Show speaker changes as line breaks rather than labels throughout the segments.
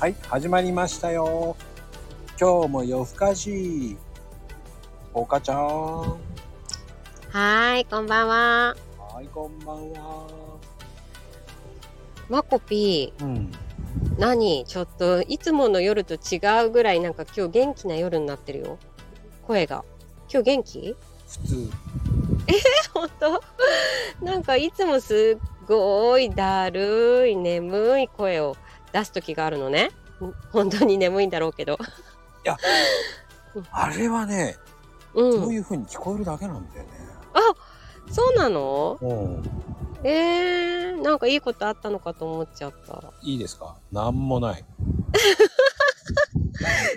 はい、始まりましたよ。今日も夜更かし。おかちゃん。は
はーい、こんばんは。
い、こんばんは。
マコピ
うん。
ー、何ちょっと、いつもの夜と違うぐらい、なんか今日元気な夜になってるよ。声が。今日元気
普通。
本当なんかいつもすっごいだるい、眠い声を出す時があるのね。本当に眠いんだろうけど。
あれはね、
う。
そうんいう風に聞こえるだけなんだよね。
そうなの
うん。
えー、なんかいいことあったのかと思っちゃった。。
いいですかなんもない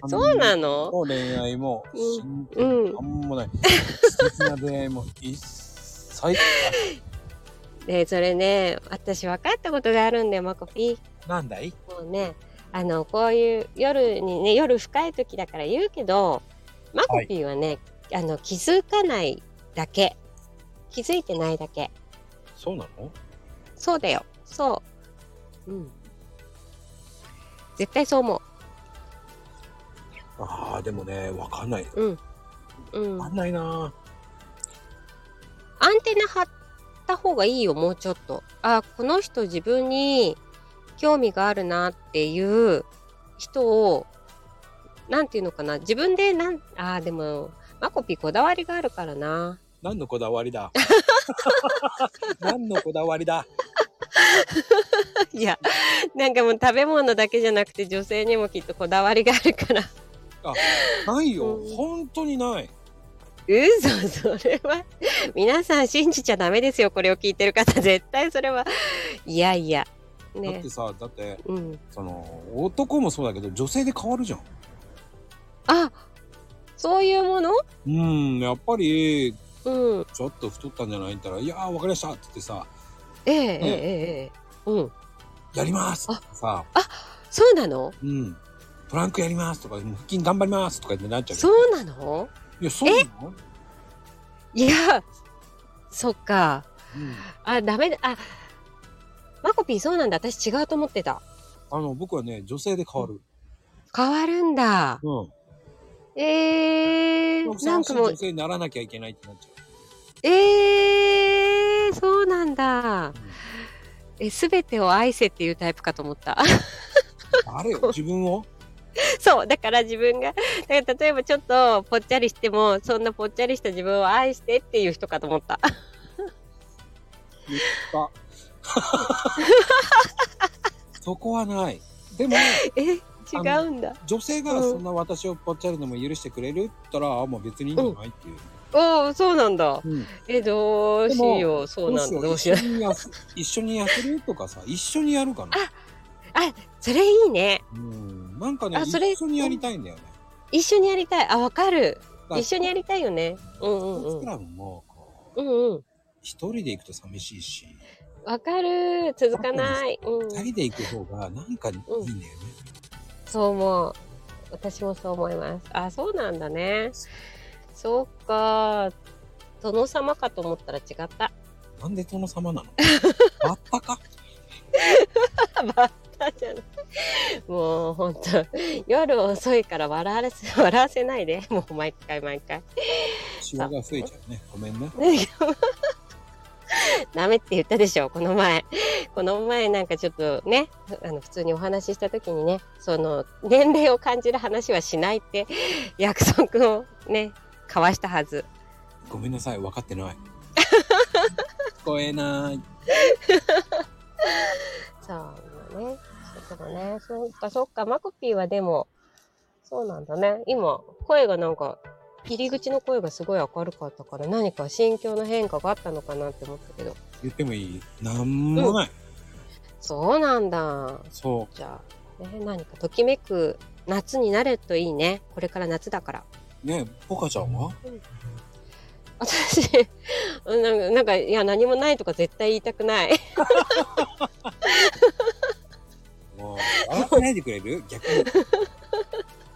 そうなの
もう恋愛も、
うん
進展も
うん
なんもない。素敵な出会いも一切。
で、それね、私分かったことがあるんだよ、マコピー。
なんだい
もうねあのこういう夜にね夜深い時だから言うけどマコピーはね、あの気づかないだけ気づいてないだけ
そうなの
そうだよそううん絶対そう思
ああ、でもね、わかんない。
ううんうん
わか
アン
んないな
テナ張った方がいいよもうちょっとあこの人自分に興味があるなっていう人をなんていうのかな自分でなんあーでもマコピーこだわりがあるか らな
何のこだわり だ何のこだわりだ
いや、 なんかもう食べ物だけじゃなくて女性にもきっとこだわりがあるから。
ないよ、
うん
本当にない
嘘、それは。皆さん信じちゃダメですよ、これを聞いてる方。絶対それは。いやいや。
だっ
ね
て。さだって
うん。
その男もそうだけど女性で変わるじゃん
あ、そういうもの
うんやっぱり
うん。
ちょっと太ったんじゃないったら「いやーわかりました」って言ってさ
えええ
ね
えええうん。
「やります」
あ
とかさ
そうなの
「うんトランクやります」とか「腹筋頑張ります」とかってなっちゃうけど
そうなの
いやそうなの、
いや、そっか。
うん、
あ、ダメだ。あ、マコピーそうなんだ。私違うと思ってた。
あの僕はね女性で変わる
変わるんだ。
うん
ええ
奥さ
なんん
し
か
い
もう
女性にならなきゃいけないってなっちゃ
えー、そうなん
う。う
だ
ん
え、すべてを愛せっていうタイプかと思った。
誰よ自分を
そう、だから自分が、だから例えばちょっとぽっちゃりしても、そんなぽっちゃりした自分を愛してっていう人かと思った。
言った。 そこはない。でも、
え、違うんだ。
女性がそんな私をぽっちゃりでも許してくれるったら、あもう別にいいんじゃないっていう。
おお、そうなんだ。
うん。
え、どうし
で
よう、そうなんだ。ど
どう
う
し
し
よ
よ
う一緒
う。
にやす一緒にやってるとかさ、一緒にやるかな。
それいいね。
うん。なんかね
あ、それ
一緒にやりたいんだよね。
一緒にやりたい。あ、わかる。
だ
一緒にやりたいよね。う
スポー
んうん
ツ
う
ク
ん。
ラブも、こう
うんうん。
一人で行くと寂しいし、
わかる。続かない。うん。
二人で行く方がなんかいいんだよね。
そう思う。私もそう思います。あ、そうなんだね。そうか。殿様かと思ったら違った。
なんで殿様なのバッタか
バッタじゃない。もう本当夜遅いから笑わせ笑わせないで。もう毎回毎回。
シワが増えちゃうね。ごめんね。
ダメって言ったでしょこの前この前なんかちょっとねあの普通にお話しした時にねその年齢を感じる話はしないって約束をね交わしたはず
ごめんなさい、分かって ない。聞こえない。
そうね。そうかね。そっかそっか。マコピーはでも、そうなんだね。今、声がなんか、入り口の声がすごい明るかったから、何か心境の変化があったのかなって思ったけど。
言ってもいいなんもない。
そうなんだ。
そ
じゃあ、ね、何かときめく夏になるといいね。これから夏だから。
う。ねえ、ポカちゃんは
私、 なんか、なんかいや、何もないとか絶対言いたくない。
もう、笑ってないでくれる逆に。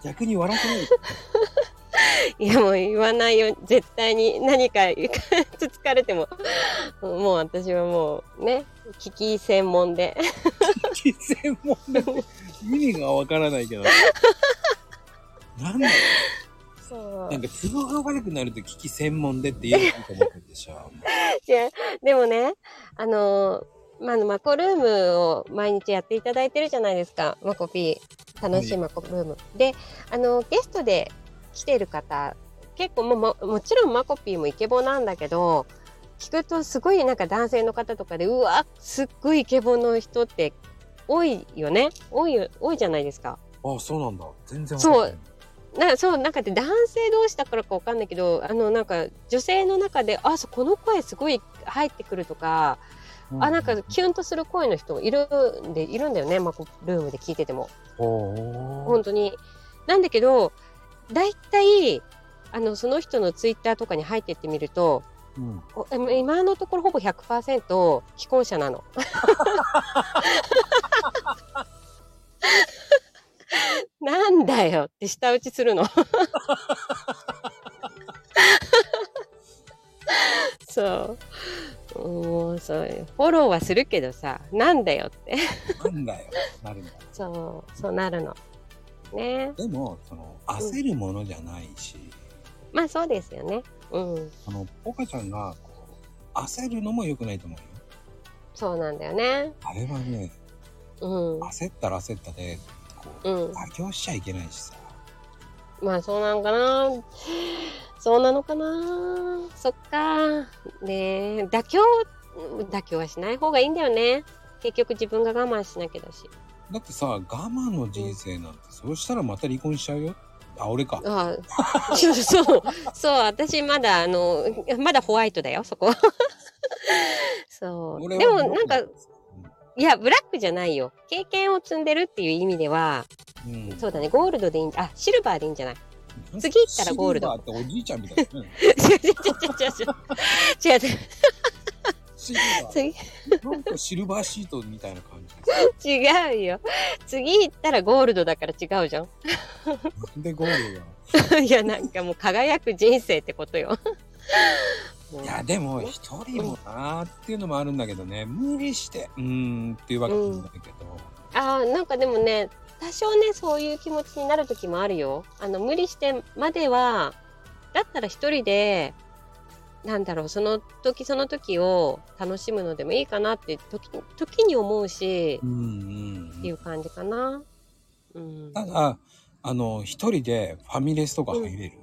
逆に笑ってないでくれる。
いやもう言わないよ絶対に何か つつかれてももう私はもうね聞き専門で
聞き専門だね意味がわからないけどなんだ
そう
なんか都合が悪くなると聞き専門でって言えばいいと思ってるでしょ
いやでもねあのまあ、マコルームを毎日やっていただいてるじゃないですかマコピー楽しいマコルーム、であのゲストで来てる方結構もうももちろんマコピーもイケボなんだけど聞くとすごいなんか男性の方とかでうわすっごいイケボの人って多いよね多いよ多いじゃないですか。
あそうなんだ全然わかんない
なそうなんかで男性同士だからかわかんないけどあのなんか女性の中であそうこの声すごい入ってくるとか
う
あなんかキュンとする声の人いるんでいるんだよね、まあこうルームで聞いてても
ほ
本当に。なんだけど大体あのその人のツイッターとかに入ってってみると
う、うん、
おえもう今のところほぼ100%既婚者なの。 なんだよって舌打ちするの。 そう。もうそうフォローはするけどさなんだよって
なんだよなるんだ
そうそうなるのね
でもその焦るものじゃないし、
まあそうですよねうん
あのポカちゃんがこう焦るのも良くないと思うよ
そうなんだよね
あれはね
うん
焦ったら焦ったでこう
うん
妥協しちゃいけないしさ
まあそうなんかなそうなのかなそっかねえ妥協妥協はしない方がいいんだよね結局自分が我慢しなきゃだし
だってさ我慢の人生なんてそうしたらまた離婚しちゃうよあ俺か
ああ そうそうそう私まだあのまだホワイトだよそこ そう
俺
でも
は
なんかいやブラックじゃないよ経験を積んでるっていう意味では
うん、
そうだね、ゴールドでいいんあ、シルバーでいいんじゃない 次行ったらゴールド
シルバーっておじいちゃんみたいなね
違う違う違う違う違う違う違
シ
う
ルバーなんかシルバーシートみたいな感じです
次違うよ。次行ったらゴールドだから違うじゃん。
なんでゴールドが
いや、なん かもう輝く人生ってことよ。もう
いやでも一人もなーっていうのもあるんだけどね無理してうーんっていうわけじゃないけど、
あーなんかでもね、多少ね、そういう気持ちになる時もあるよ。あの、無理してまでは、だったら一人で、なんだろう、その時その時を楽しむのでもいいかなって時に時に思うし、
うん
っ
うんう
てい
ん
う感じかな。うん、
ただあの一人でファミレスとか入れる、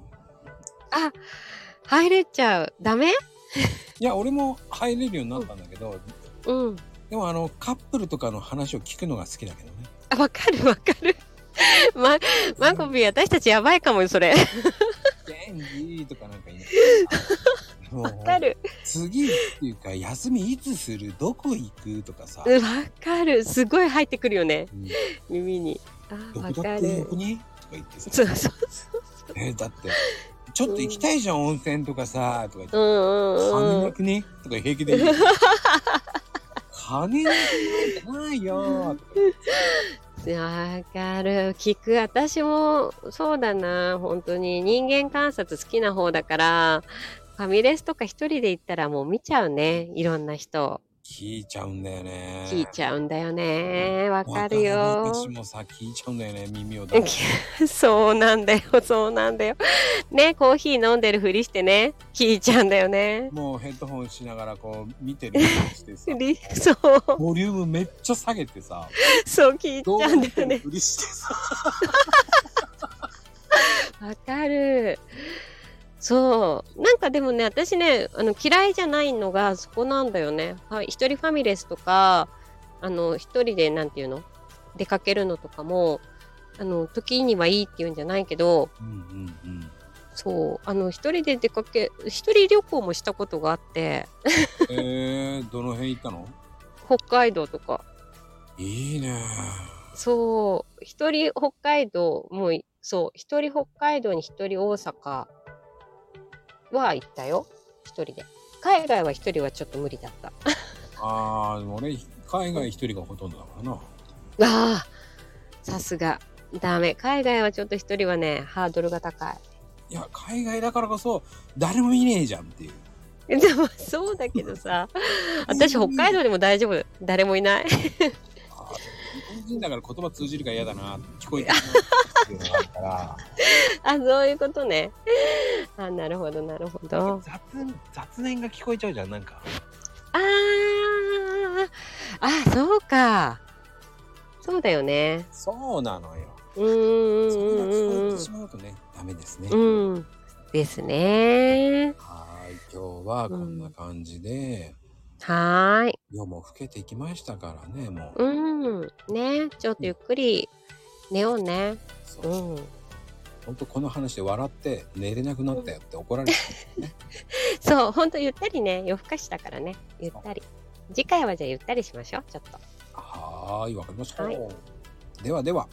あ入れちゃうダメ
いや俺も入れるようになったんだけど、
うん
でもあのカップルとかの話を聞くのが好きだけどね
あわかるわかる まマコビー私たちやばいかもよそれ
元気とかなんか 言いながら
わかる
次っていうか休みいつするどこ行くとかさ、
うんわかるすごい入ってくるよね
うん
耳にあ
ど
わ
こだ
か
ってよ
る
くねとか言って
そ
さ
うそうそ
えだってちょっと行きたいじゃん、温泉とかさとか言って
うう
金
んうんう
なんくねとか平気で言う 金なくないないよとか言って
わかる聞く私もそうだな本当に人間観察好きな方だからファミレスとか一人で行ったらもう見ちゃうねいろんな人を
聞いちゃうんだよね
聞いちゃうんだよねわかる
わ
よ
かる私もさ聞いちゃうんだよね耳を出 して
うんそうなんだよ、そうなんだよ。ね、コーヒー飲んでるふりしてね、聞いちゃうんだよね。
もうヘッドホンしながらこう見てるふりして さ
ふりそう、
ボリュームめっちゃ下げてさ
そう聞い
動
ちゃ
画
うん
見
だ
て
よ
る
ね。
ふりしてさ
わかる。そう。なんかでもね、私ね、あの嫌いじゃないのがそこなんだよね。はい、一人ファミレスとか、あの、一人で、なんていうの出かけるのとかも、あの、時にはいいって言うんじゃないけど、
うんうんうん
そう、あの、一人で出かけ、一人旅行もしたことがあって、
えー、どの辺行ったの
北海道とか。
いいね
そう、一人北海道もい、そう、一人北海道に一人大阪は行ったよ。一人で。海外は一人はちょっと無理だった。あ
あーでも俺海外一人がほとんどだからな
あ、さすが。ダメ。海外はちょっと一人はね、ハードルが高い。
いや海外だからこそ誰もいねえじゃんっていう
でもそうだけどさ私北海道でも大丈夫誰もいな
あ
い
ー日本人だから言葉通じるから嫌だな聞こえてるなっていうのがあるから
あそういうことねあなるほどなるほど
雑雑念が聞こえちゃうじゃんなんか
あーあそうかそうだよね
そうなのよ
うーん
それが聞こえてし
う
まうとねダメですね、
んうんですね
はーい今日はこんな感じで、
はーい
夜も更けてきましたからねもう、
うんねちょっとゆっくり寝ようね
そううんほんとこの話で笑って寝れなくなったよって怒られ て
そうほんとゆったりね夜更かしだからねゆったり次回はじゃあゆったりしましょうちょっと
はーい、わかりました。
はい
ではでは。